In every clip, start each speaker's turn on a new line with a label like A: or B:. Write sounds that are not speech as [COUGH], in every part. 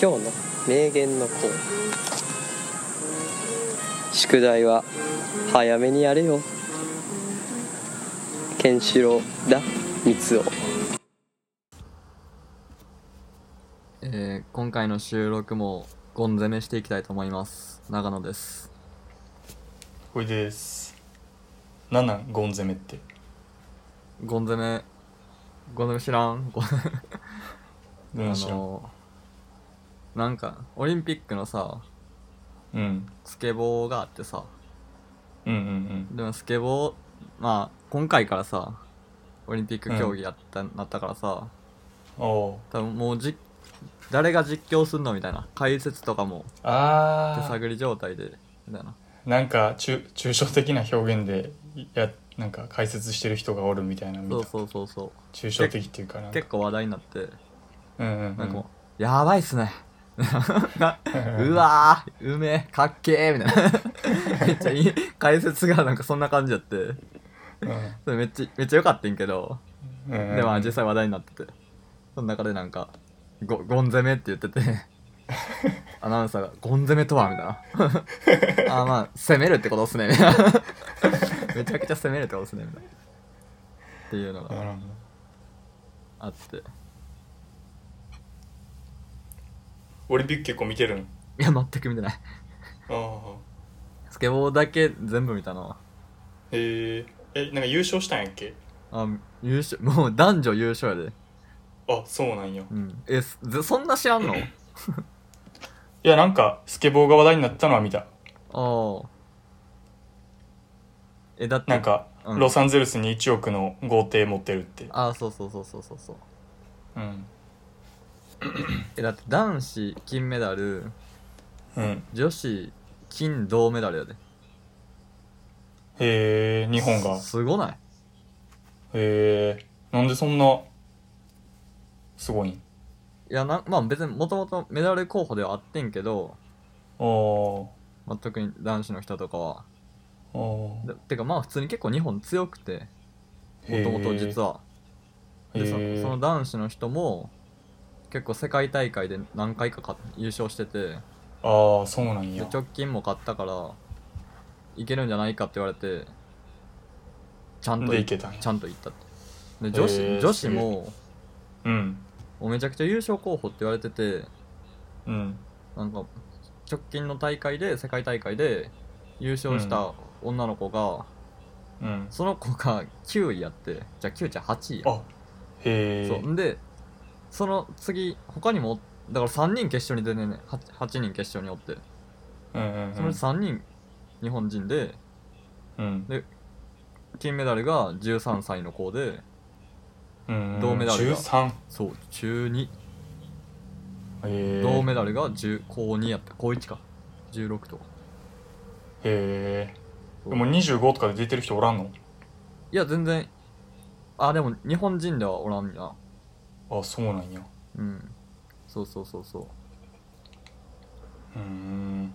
A: 今日の名言のコーナー宿題は早めにやれよケンシロウだ三つ
B: えー今回の収録もゴン攻めしていきたいと思います長野です
C: これですなんなんゴン攻めって
B: ゴン攻めゴン攻め知らんゴン
C: う
B: あ
C: ん知らん
B: のなんかオリンピックのさ
C: うん
B: スケボーがあってさ
C: うんうん
B: でもスケボーまあ今回からさオリンピック競技やった、なったからさ
C: うんお
B: 多分もうじ誰が実況すんのみたいな解説とかも手
C: ああ
B: 探り状態でみたいな
C: なんか抽抽象的な表現でやなんか解説してる人がおるみたいな見た
B: そうそうそうそ
C: 抽象的っていうかな
B: うん
C: か
B: 結構話題になって
C: うんうん
B: なんか
C: う
B: も
C: ん
B: う、やばいっすね。 [LAUGHS]
C: [LAUGHS]
B: なうわー、うめえ、かっけえ、みたいな。 [LAUGHS] めっちゃいい、解説がなんかそんな感じやって、
C: うん
B: それめっちゃ、めっちゃ良かったんけど、
C: うんうん
B: でも実際話題になってて、その中でなんか、ゴゴン攻めって言
C: [LAUGHS]
B: ってて、アナウンサーが、ゴン攻めとはみたいな。あー [LAUGHS] まあ、攻めるってことっすね、 [LAUGHS] みたいな。めちゃくちゃ攻めるってことっすね、みたいな。っていうのが
C: なるほど
B: あって。
C: オリンピック結構見てるの
B: いや、全く見てない。
C: ああ
B: スケボーだけ全部見たの。
C: へええなんか優勝したんやっけ
B: あ優勝もう男女優勝やで
C: あそうなんや
B: うんえすずそんな知らんの
C: いやなんかスケボーが話題になったのは見た
B: ああえだって
C: なんか、
B: うん
C: ロサンゼルスに1億の豪邸持ってるって
B: ああそうそうそうそうそうそう
C: うん
B: えだって男子金メダル
C: うん
B: 女子金銅メダルやで
C: へえ日本が
B: すごない
C: へえなんでそんなすごいん
B: いやなまあ別にもともとメダル候補ではあってんけど、
C: あー
B: まあ、特に男子の人とかは
C: あー
B: でてかまあ普通に結構日本強くてもともと実は
C: へ
B: でそ
C: え
B: その男子の人も結構世界大会で何回かか優勝してて
C: ああそうなん
B: で
C: や
B: 直近も買ったからいけるんじゃないかって言われてちゃんと
C: でいけたんや
B: ちゃんと行ったってで女子、
C: へー
B: 女子も
C: うん
B: もうめちゃくちゃ優勝候補って言われてて
C: うん
B: なんか直近の大会で世界大会で優勝した女の子が、
C: うん
B: その子が9位やってじゃあ9じゃ8位や
C: あへえ
B: そうんでその次他にもおだから3人決勝に出てんねん 8, 8人決勝におって
C: うんうん
B: そのうち3人日本人で
C: うん
B: 金メダルが13歳の子で
C: うんうん
B: 銅メダルが
C: 13
B: そう中2
C: へえ
B: 銅メダルが10高2やった高1か16とかそ
C: へえ
B: う
C: でも25とかで出てる人おらん
B: いや全然あでも日本人ではおらんな
C: のあそうなんや
B: うんそうそうそうそう
C: うーん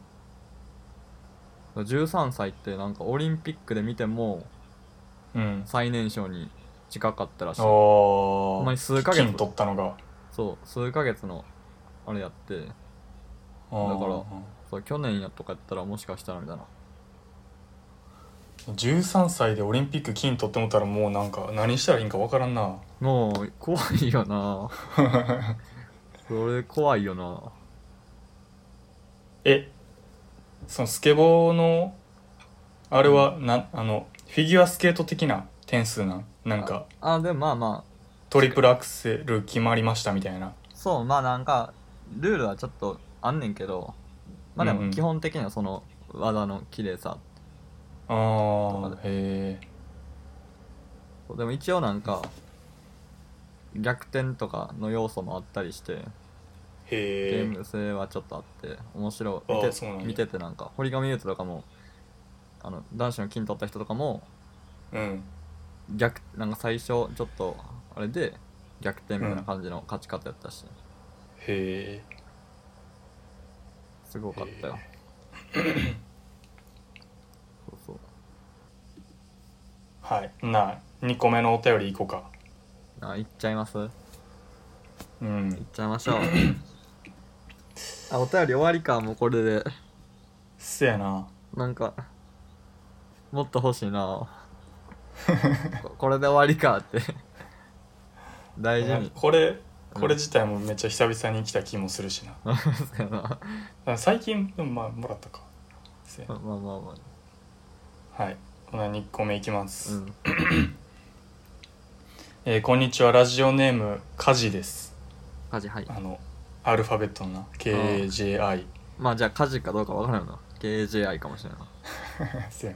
B: だから13歳ってなんかオリンピックで見ても
C: うん
B: 最年少に近かったらしい
C: ああ
B: ほ
C: ほ
B: んまに数ヶ月
C: 金取ったのが
B: そう数ヶ月のあれやって
C: あー
B: だからそう去年やとかやったらもしかしたらみたいな
C: 13歳でオリンピック金取ってもったらもうなんか何したらいいんかわからんな
B: もう怖いよ
C: [LAUGHS]
B: なそれ怖いよな
C: えそのスケボーのあれはなあのフィギュアスケート的な点数なんなんか
B: あでもまあまあ
C: トリプルアクセル決まりましたみたいな
B: そうまあなんかルールはちょっとあんねんけどまあで
C: うんう
B: も
C: ん
B: 基本的にはその技の綺麗さ、
C: あ
B: と
C: ー
B: か
C: へえ
B: そうでも一応なんか逆転とかの要素もあったりしてゲ
C: へ
B: ー
C: え
B: ム性はちょっとあって面白い
C: あ
B: 見
C: そうなん
B: て
C: や
B: 見ててなんか堀上優斗とかもあの男子の金取った人とかも
C: うん
B: 逆なんか最初ちょっとあれで逆転みたいな感じの勝ち方やったし、
C: へえ
B: すごかったよ、そうそう
C: はいなあ2個目のお便りいこうか
B: あ行っちゃいます行っ
C: うん
B: ちゃいましょう [COUGHS] あお便り終わりかもうこれで
C: せやな
B: なんかもっと欲しいなここれで終わりかって大 [LAUGHS] 事に
C: これこれ自体もめっちゃ久々に来た気もするしな
B: そうやな
C: あ最近でもまあもらったかせや
B: まあまあまあ
C: はいこの2個目いきます、
B: うん
C: えーこんにちはラジオネームカジです
B: 家事はい
C: あのアルファベットのな [LAUGHS] KJI
B: まあじゃあ家事かどうかわからんよな KJI かもしれんない
C: せや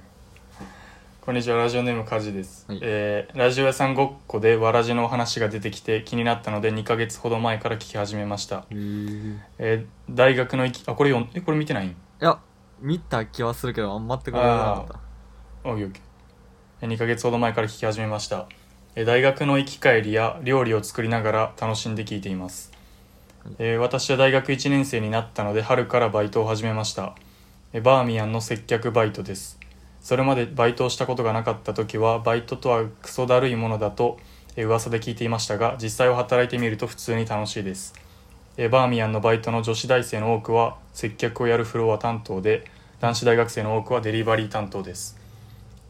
C: こんにちはラジオネームカジです、
B: はい
C: えーラジオ屋さんごっこでわらじのお話が出てきて気になったので2ヶ月ほど前から聞き始めました、
B: い
C: えー大学の行きあこれ読んえこれ見てないん
B: や見た気はするけどあんまってくれなかった
C: おいおいえー2ヶ月ほど前から聞き始めましたえー大学の行き帰りや料理を作りながら楽しんで聞いています、えー私は大学1年生になったので春からバイトを始めましたえーバーミヤンの接客バイトですそれまでバイトをしたことがなかった時はバイトとはクソだるいものだとえー噂で聞いていましたが実際を働いてみると普通に楽しいですえーバーミヤンのバイトの女子大生の多くは接客をやるフロア担当で男子大学生の多くはデリバリー担当です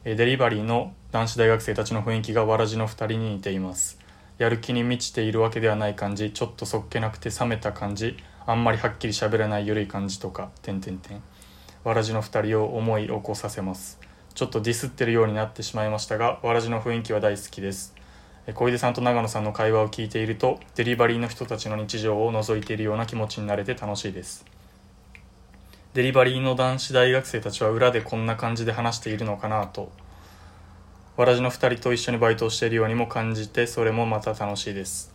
C: えーデリバリーの男子大学生たちの雰囲気がわらじの2人に似ていますやる気に満ちているわけではない感じちょっとそっけなくて冷めた感じあんまりはっきり喋らない緩い感じとか点々点わらじの2人を思い起こさせますちょっとディスってるようになってしまいましたがわらじの雰囲気は大好きですえー小出さんと長野さんの会話を聞いているとデリバリーの人たちの日常を覗いているような気持ちになれて楽しいですデリバリーの男子大学生たちは裏でこんな感じで話しているのかなとわらじの2人と一緒にバイトをしているようにも感じてそれもまた楽しいです、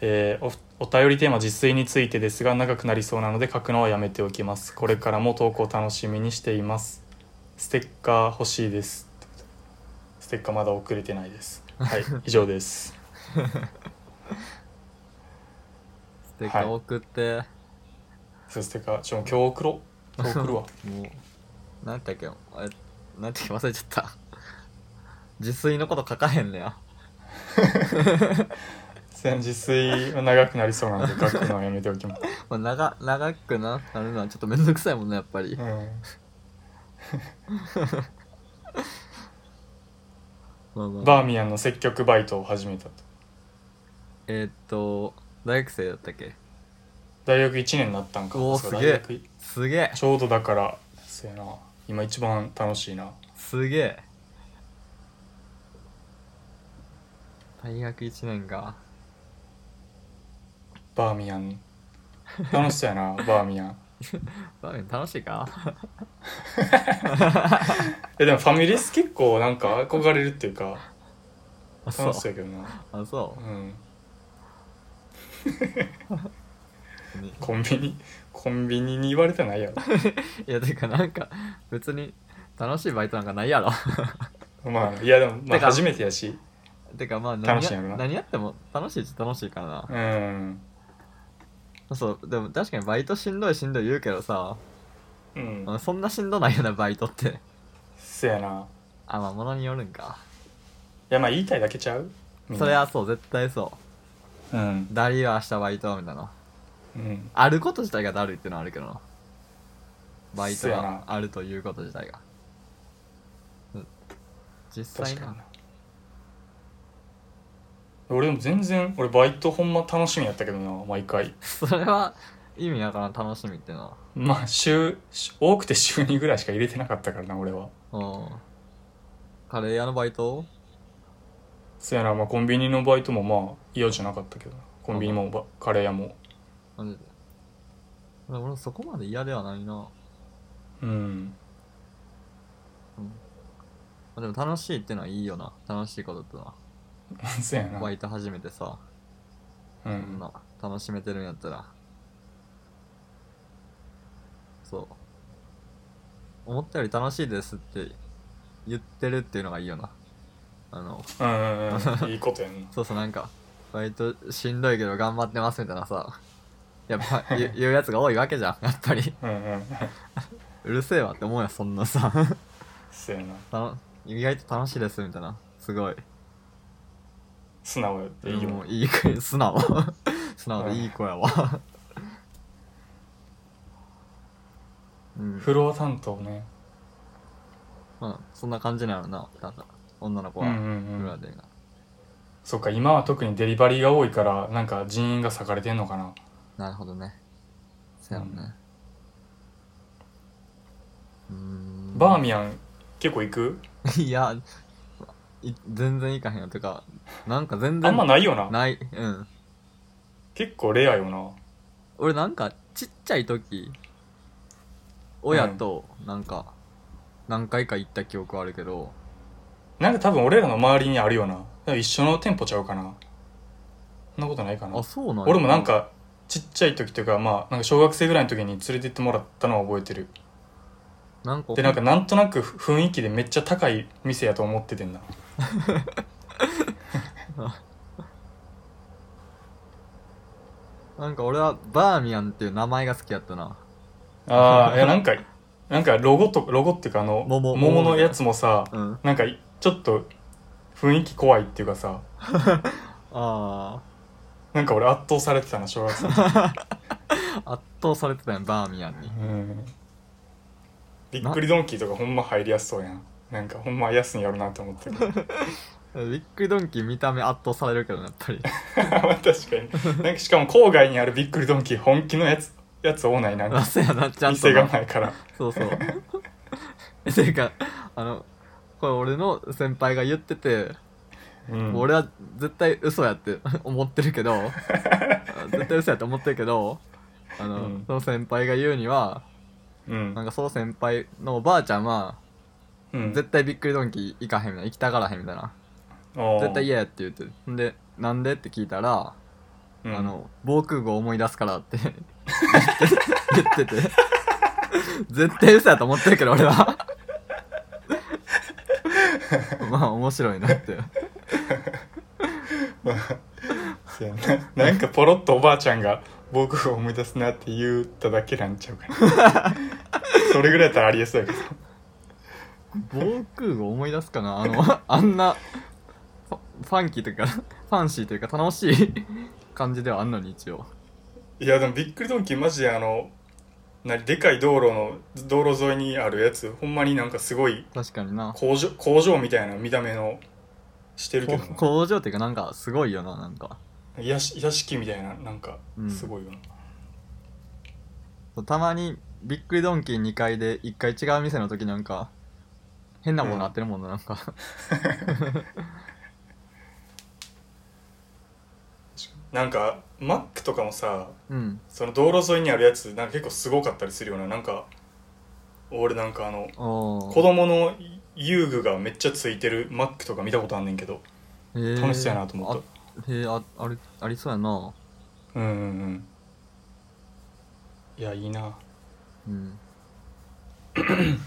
C: えーおお便りテーマ自炊についてですが長くなりそうなので書くのはやめておきますこれからも投稿楽しみにしていますステッカー欲しいですステッカーまだ送れてないですはい以上です
B: ステッカー送って、
C: そうステッカーちょ今日送ろう今日送るわ
B: もう何だっけあれ何だっけ忘れちゃった自炊のこと書かへんねや
C: せん自炊は長くなりそうなので書くのはやめておきます
B: まあ、長長くななるのはちょっとめんどくさいもんねやっぱり、まあ
C: うん、
B: まあ、
C: バーミヤンの接客バイトを始めたと
B: えーっと大学生だったっけ
C: 大学1年になったんか
B: おお
C: そう
B: す
C: か
B: げ
C: 大
B: え
C: 学い
B: すげえ
C: ちょうどだからそうやな今一番楽しいな
B: すげえ大学1年が
C: バーミヤン楽しそうや
B: [LAUGHS]
C: なバーミヤン
B: バーミヤン楽しいか
C: えでもファミレス結構なんか憧れるっていうか
B: あそう
C: 楽しそうやけどな
B: あそううんね
C: コンビニコンビニに言われてないや
B: いやてかなんか別に楽しいバイトなんかないやろ [LAUGHS]
C: ろ [LAUGHS] まあいやでもまあ
B: てか
C: 初めてやして
B: かまあ何
C: 楽しいや
B: や
C: ろな
B: 何やっても楽しいっちゃ楽しいからな
C: うん
B: そうでも確かにバイトしんどいしんどい言うけどさ、
C: うん
B: あのそんなしんどないよなバイトって
C: そやな
B: あまあものによるんか
C: いやまあ言いたいだけちゃうみんな
B: それはそう絶対そ
C: うん
B: うダリーは明日バイトみたいな
C: うん
B: あること自体がだるいっていうのはあるけどなバイト
C: そうや
B: が
C: な
B: あるということ自体がうん実際
C: 確か
B: な
C: にな俺でも全然俺バイトほんま楽しみやったけどな毎回
B: それは意味やからん楽しみっていうのは
C: まあ週し多くて週2ぐらいしか入れてなかったからな俺は
B: うんカレー屋のバイト
C: そやな、まあ、コンビニのバイトもまあ嫌じゃなかったけどなコンビニもばカレー屋も
B: マジで俺俺そこまで嫌ではないな
C: うん
B: まあでも楽しいってのはいいよな楽しいことってのは
C: [LAUGHS] そやな
B: バイト始めてさ、そ
C: う
B: ん
C: ん
B: な楽しめてるんやったらそう思ったより楽しいですって言ってるっていうのがいいよなあの
C: うんうんうんいいことやんな
B: そうそうなんかバイトしんどいけど頑張ってますみたいなさやっぱ言う言うやつが多いわけじゃんやっぱり
C: うんうん
B: うるせえわって思うやんそんなさ
C: そやな
B: たの意外と楽しいですみたいなすごい
C: 素直でいいよ
B: もういい子素直素直でいい子やわうん
C: フロア担当ね
B: まあそんな感じなのななんか女の子
C: うんう
B: は
C: んう
B: 裏
C: ん
B: でが、
C: そっか今は特にデリバリーが多いからなんか人員が割かれてんのかな
B: なるほどねそやろねうーん
C: バーミヤン結構行く
B: [LAUGHS] いやい全然いかへんよてかなんか全
C: あ
B: 然
C: んまないよな
B: ないうん
C: 結構レアよな
B: 俺なんかちっちゃい時親となんか何回か行った記憶はあるけど、
C: なんか多分俺らの周りにあるよな多分一緒の店舗ちゃうかなそんなことないかな
B: あそうなんや
C: 俺もなんかちっちゃい時というかまあなんか小学生ぐらいの時に連れてってもらったのは覚えてる
B: なんか
C: でなんかなんとなく雰囲気でめっちゃ高い店やと思っててんな
B: なんか俺はバーミヤンっていう名前が好きやったな
C: [LAUGHS] ああいやなんかなんかロゴとロゴっていうかあの
B: 桃
C: 桃のやつもさ
B: うんあ
C: なんかいちょっと雰囲気怖いっていうかさ
B: あ
C: なんか俺圧倒されてたな小学生の時、
B: 圧倒されてたよバーミヤンに
C: うん、びっくりドンキーとかほんま入りやすそうやんなんかほんま安いんやろなと思ってる [LAUGHS]
B: びっくりドンキー見た目圧倒されるけどねやっぱり [LAUGHS]
C: 確かになんかしかも郊外にあるびっくりドンキー本気のやつやつ多ないなん
B: あ
C: か
B: そうやなちゃんと
C: 店
B: な
C: がないから
B: そうそう [LAUGHS] ていうかあのこれ俺の先輩が言ってて
C: うん
B: 俺は絶対嘘やって [LAUGHS] 思ってるけ
C: [LAUGHS]
B: ど絶対嘘やって思ってるけどあの、
C: うん
B: その先輩が言うには
C: うん
B: なんかその先輩のおばあちゃんは、
C: うん
B: 絶対びっくりドンキー行かへんみたいな行きたがらへんみたいな絶対
C: 絶
B: 嫌やって言ってんでなんでって聞いたら、
C: うん
B: あの防空壕思い出すからって言ってて絶対嘘やと思ってるけど俺は [LAUGHS] まあ面白いなって
C: そうやななんかポロッとおばあちゃんが僕を思い出すなって言っただけなんちゃうかな
B: [LAUGHS]
C: それぐらいやったらありえそうやけど
B: 防空壕思い出すかなあのあんなファファンキーというかファンシーというか楽しい感じではあんのに一応
C: いやでもびっくりドンキーマジであのなでかい道路の道路沿いにあるやつほんまになんかすごい
B: 確かにな
C: 工場工場みたいな見た目のしてるけど
B: こ
C: な
B: 工場っていうかなんかすごいよななんか
C: 屋敷屋敷みたいななんか
B: うん
C: すごいよな、
B: そうたまにびっくりドンキー2階で1回違う店の時なんか変なものなってるもんな、なんか
C: なんかマックとかもさ
B: うん
C: その道路沿いにあるやつなんか結構すごかったりするよななんか俺なんかあの
B: お
C: 子供の遊具がめっちゃついてるマックとか見たことあんねんけど楽
B: 楽
C: しそうやなと思った、
B: たへえああれありそうやな
C: うんうんうんいやいいな
B: うん [LAUGHS]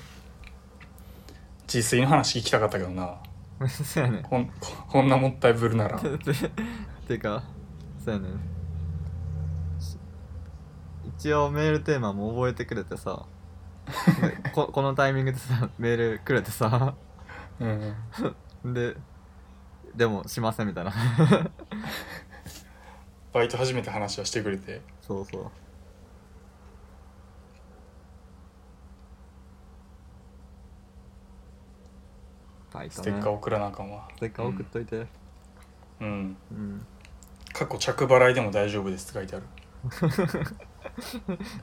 C: 自炊の話聞きたかったけどな
B: そうやね
C: こん [LAUGHS] ここんなもったいぶる
B: [LAUGHS]
C: なら
B: て [LAUGHS] てかそうやねし一応メールテーマも覚えてくれてさで
C: [LAUGHS]
B: ここのタイミングでさメールくれてさ
C: うんうん
B: ででもしませんみたいな [LAUGHS]
C: バイト始めた話はしてくれて
B: そうそうバイト
C: ス
B: ね
C: テッカー送らなあかんわ
B: ステッカー送っといて
C: うん
B: うん、
C: 過去着払いでも大丈夫ですって書いてある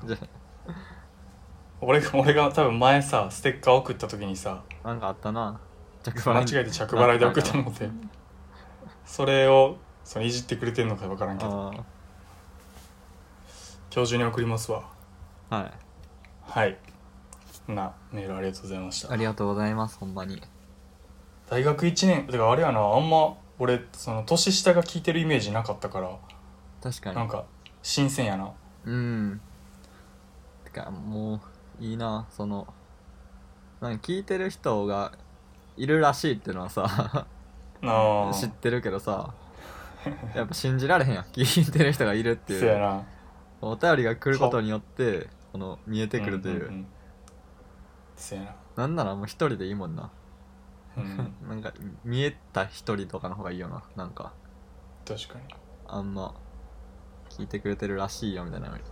B: じゃ [LAUGHS]
C: 俺が俺が多分前さステッカー送った時にさ
B: あなんかあった
C: [LAUGHS]
B: な着
C: 間違えて着払いで送った
B: の
C: のでそれをそのいじってくれてんのか分からんけど
B: あ
C: 今日中に送りますわ
B: あはい
C: はいそんなメールありがとうございました
B: ありがとうございますほんまに
C: 大学1年だからあれやなあんま俺その年下が聞いてるイメージなかったから
B: 確かに
C: なんか新鮮やな
B: うんてかもういいなそのなんか聞いてる人がいるらしいっていうのはさ
C: あ
B: [LAUGHS]
C: あ
B: 知っ
C: そ
B: てるけどさやっぱ信じられへんやん [LAUGHS] 聞いてる人がいるっていう
C: やな
B: お便りが来ることによってこの見えてくるという,、
C: んんんそやな
B: なんならもう一人でいいもんな
C: [LAUGHS] うん
B: [LAUGHS] なんか見えた一人とかの方がいいよななんか
C: 確かに
B: あんま聞いてくれてるらしいよみたいなのよ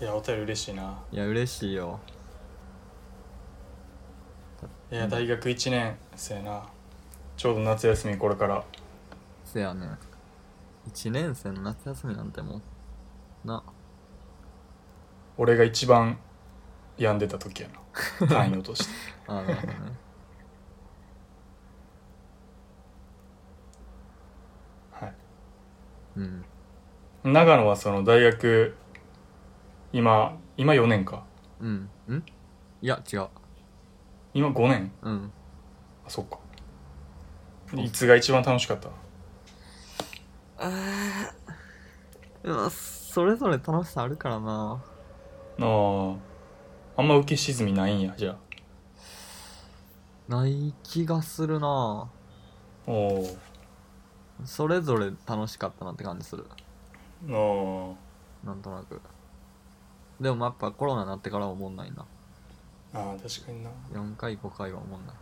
B: り
C: いやお便り嬉しいない
B: や嬉しいよ
C: いや大学1年生やなちょうど夏休みこれから
B: せやねん1年生の夏休みなんてもうな
C: 俺が一番病んでた時やな [LAUGHS] 単位落として
B: あなるほどね
C: はい
B: うん
C: 長野はその大学今今4年か
B: うんうんいや違う
C: 今5年
B: うん
C: あそっかいつが一番楽しかった
B: まあそれぞれ楽しさあるからな
C: あーあんま浮き沈みないんやじゃ
B: ない気がするな
C: あおー
B: それぞれ楽しかったなって感じする
C: あー
B: なんとなくでもやっぱコロナになってからは思んないな
C: あー確かにな
B: 4回5回は思んない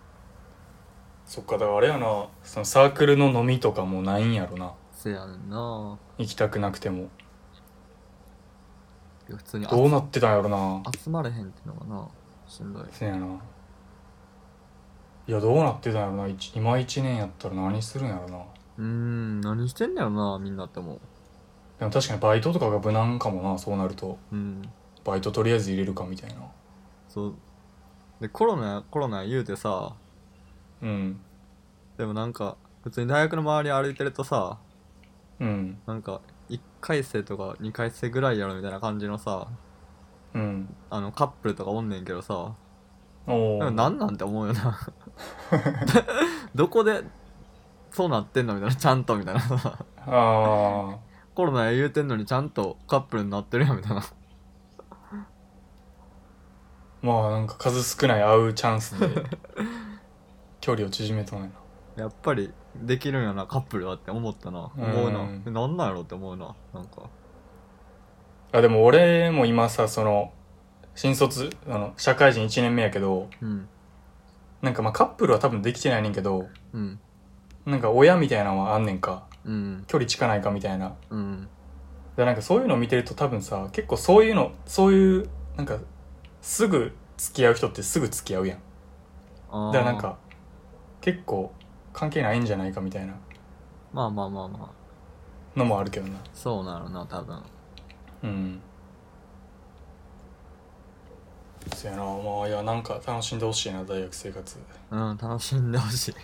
C: そっかだからあれやなそのサークルの飲みとかもないんやろな
B: せやねんな
C: 行きたくなくても
B: いや普通に
C: どうなってたんやろな
B: 集まれへんってのがなしんどい
C: せやないやどうなってたんやろな一今1年やったら何するんやろな
B: うーん何してんだよなみんなって思う
C: でも確かにバイトとかが無難かもなそうなると
B: うん
C: バイトとりあえず入れるかみたいな
B: そうでコロナコロナ言うてさ
C: うん
B: でもなんか普通に大学の周り歩いてるとさ
C: うん
B: なんか1回生とか2回生ぐらいやろみたいな感じのさ
C: うん
B: あのカップルとかおんねんけどさ
C: お
B: でも
C: お
B: なんなんて思うよなどこでそうなってんのみたいなちゃんとみたいなさ
C: あ
B: コロナ言うてんのにちゃんとカップルになってるやんみたいな
C: ーまあなんか数少ない会うチャ
B: [LAUGHS]
C: ンスで距離を縮めとないな
B: やっぱりできるんやなカップルはって思ったな思うな
C: うん
B: えなんなんやろって思うななんか
C: あでも俺も今さその新卒あの社会人1年目やけど
B: うん
C: なんかまあカップルは多分できてないねんけど
B: うん
C: なんか親みたいなのはあんねんか
B: うん
C: 距離近ないかみたいな
B: うん
C: でなんかそういうのを見てると多分さ結構そういうのそういうなんかすぐ付き合う人ってすぐ付き合うやん
B: あー
C: だからなんか結構関係ないんじゃないかみたいな
B: まあまあまあまあ
C: のもあるけどな
B: そうなのな多分
C: うんそやなまあいやなんか楽しんでほしいな大学生活
B: うん楽しんでほし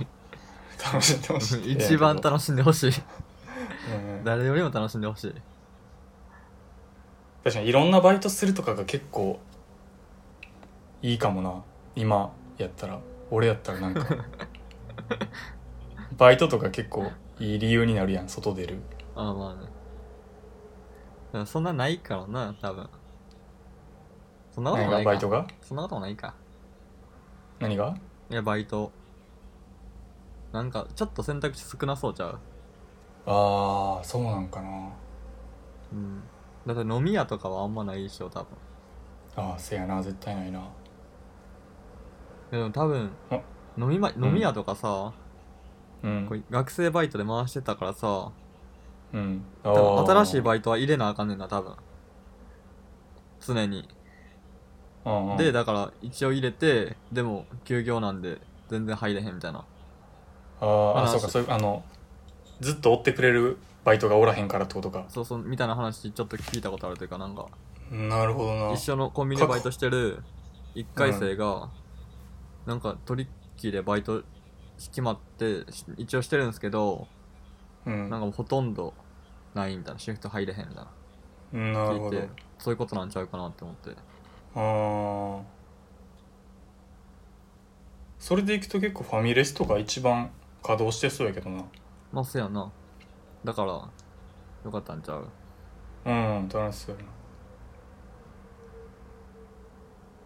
C: 楽しんでほし [LAUGHS]
B: い [LAUGHS]
C: い
B: 一番楽しんでほしい
C: うん
B: 誰よりも楽しんでほしい
C: 確かにいろんなバイトするとかが結構いいかもな今やったら俺やった
B: [LAUGHS]
C: らなんかバイトとか結構いい理由になるやん外出る
B: ああまあねでもそんなないからな多分そんなことも
C: 何
B: な
C: が
B: い
C: バイト
B: か
C: が
B: そんなこともないか
C: 何が
B: いやバイトなんかちょっと選択肢少なそうちゃう
C: ああそうなんかな
B: うんだって飲み屋とかはあんまないでしょ多分
C: ああせやな絶対ないな
B: でも多分
C: あ
B: 飲み,、ま、飲み屋とかさ、
C: うん
B: こう学生バイトで回してたからさ
C: うん
B: 多分新しい
C: イ
B: バイトは入れなあかんねんな多分常に
C: ト
B: でだから一応入れてでも休業なんで全然入れへんみたいな
C: あーあ
B: あ
C: そうかそういうあのずっと追ってくれるバイトがおらへんからってことか
B: そうそうみたいな話ちょっと聞いたことあるというかなんか
C: なるほどな
B: 一緒のコンビニでバイトしてる1回生がなんかトリッキーでバイト決まってし一応してるんですけど
C: うん
B: なんかもうほとんどないみたいなシフト入れへんみたいな
C: なる
B: 聞
C: ほ
B: い
C: ど
B: てそういうことなんちゃうかなって思って
C: ああそれでいくと結構ファミレスとか一番稼働してそうやけどな
B: まあせやなだからよかったんちゃう
C: うん楽しそうやな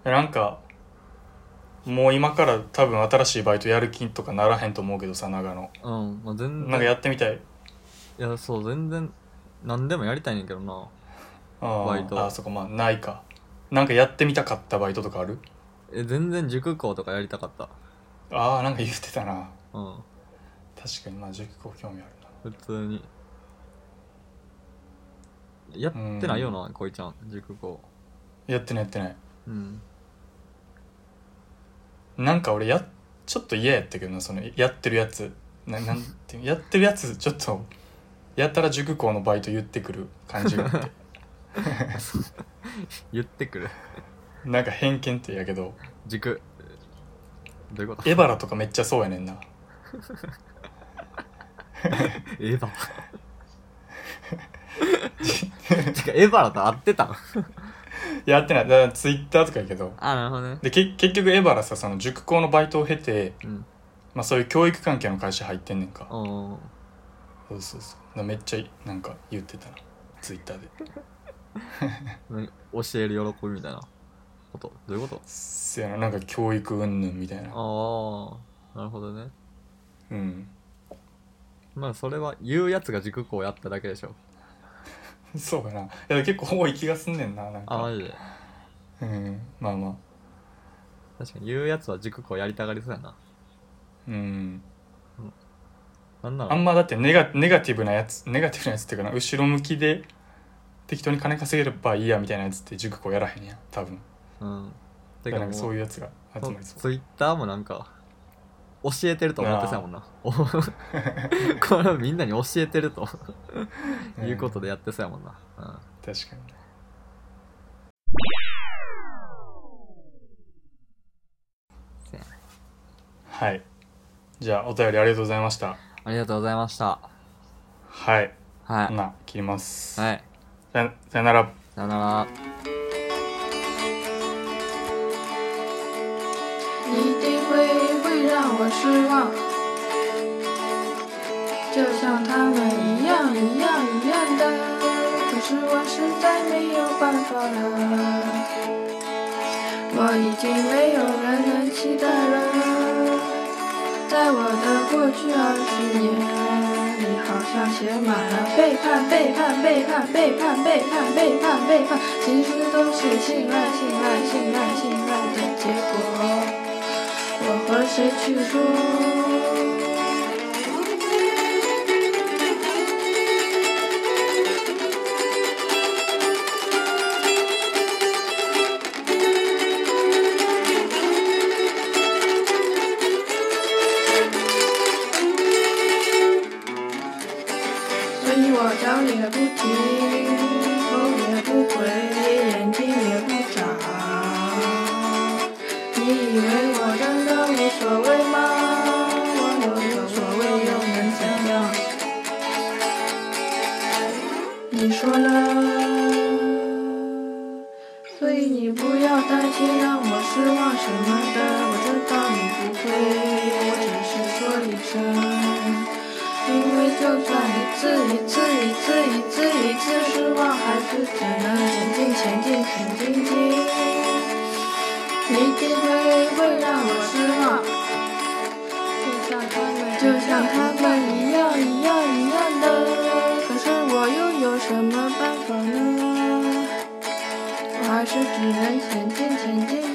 C: えなんかもう今から多分新しいバイトやる気とかならへんと思うけどさ長野
B: うん、まあ、全然
C: なんかやってみたい
B: いやそう全然何でもやりたいねんけどな
C: あー
B: バイト
C: あーそこまあないかなんかやってみたかったバイトとかある
B: え全然塾校とかやりたかった
C: ああなんか言ってたな
B: うん
C: 確かにまあ塾校興味あるな
B: 普通にやってないよなこいちゃん塾校
C: やってないやってない
B: うん
C: なんか俺やちょっと嫌やったけどなそのやってるやつななん
B: [LAUGHS]
C: ていうやってるやつちょっとやたら塾校のバイト言ってくる感じ
B: [LAUGHS]
C: があって
B: 言ってくる
C: なんか偏見ってやけど
B: 軸どういうこと
C: エバラとかめっちゃそうやねんな
B: エヴァ [LAUGHS] てかエヴァラと合ってたん
C: やってないだからツイッターとかやけど
B: あなるほどね
C: でけ結局エバラさその塾校のバイトを経て、
B: うん
C: まあ、そういう教育関係の会社入ってんねんか
B: おー
C: そうそうそうだからめっちゃなんか言ってたなツイッターで
B: 何教える喜びみたいなことどういうこと
C: せやななんか教育云々みたい
B: ああ
C: な
B: なるほどね
C: うん
B: まあそれは言うやつが塾校やっただけでしょ
C: そうやないや結構多い気がすんねんななん
B: あマ
C: か
B: ジで
C: うんまあまあ
B: 確かに言うやつは塾校やりたがりそうやな
C: うん
B: なんな
C: あん
B: ら
C: まだってネガネガティブなやつネガティブなやつっていうかな後ろ向きで適当に金稼げればいいやみたいなやつって塾校やらへんやん多分
B: うんて
C: だ
B: か
C: か
B: も
C: ら
B: う
C: そういうやつが集まりそう
B: ツイッターもなんか教えてると思ってたもんな [LAUGHS] これみんなに教えてる
C: [LAUGHS]
B: ということでやってそうやもんな、うん
C: 確かにね
B: せや
C: はいじゃあお便りありがとうございました
B: ありがとうございました
C: はい
B: はい、
C: 今切ります、
B: はい
C: さよさよなら
B: さよなら
D: 你的回忆会让我失望，就像他们一样一样一样的，可是我实在没有办法了，我已经没有人能期待了，在我的过去二十年。你好像写满了背叛，背叛，背叛，背叛，背叛，背叛，背叛，其实都是信赖，信赖，信赖，信赖的结果。我和谁去说？所以我找你也不停，头也不回，眼睛也不眨。你以为我真的无所谓吗？我无所谓又能怎样？你说呢？所以你不要担心让我失望什么的，我知道你不会，我只是说一声，因为就算一次一次一次一次一次失望，还是只能前进前进前进进，你一定会会让我失望。就像他们一样一样一样的，可是我又有什么办法呢？我还是只能前进前进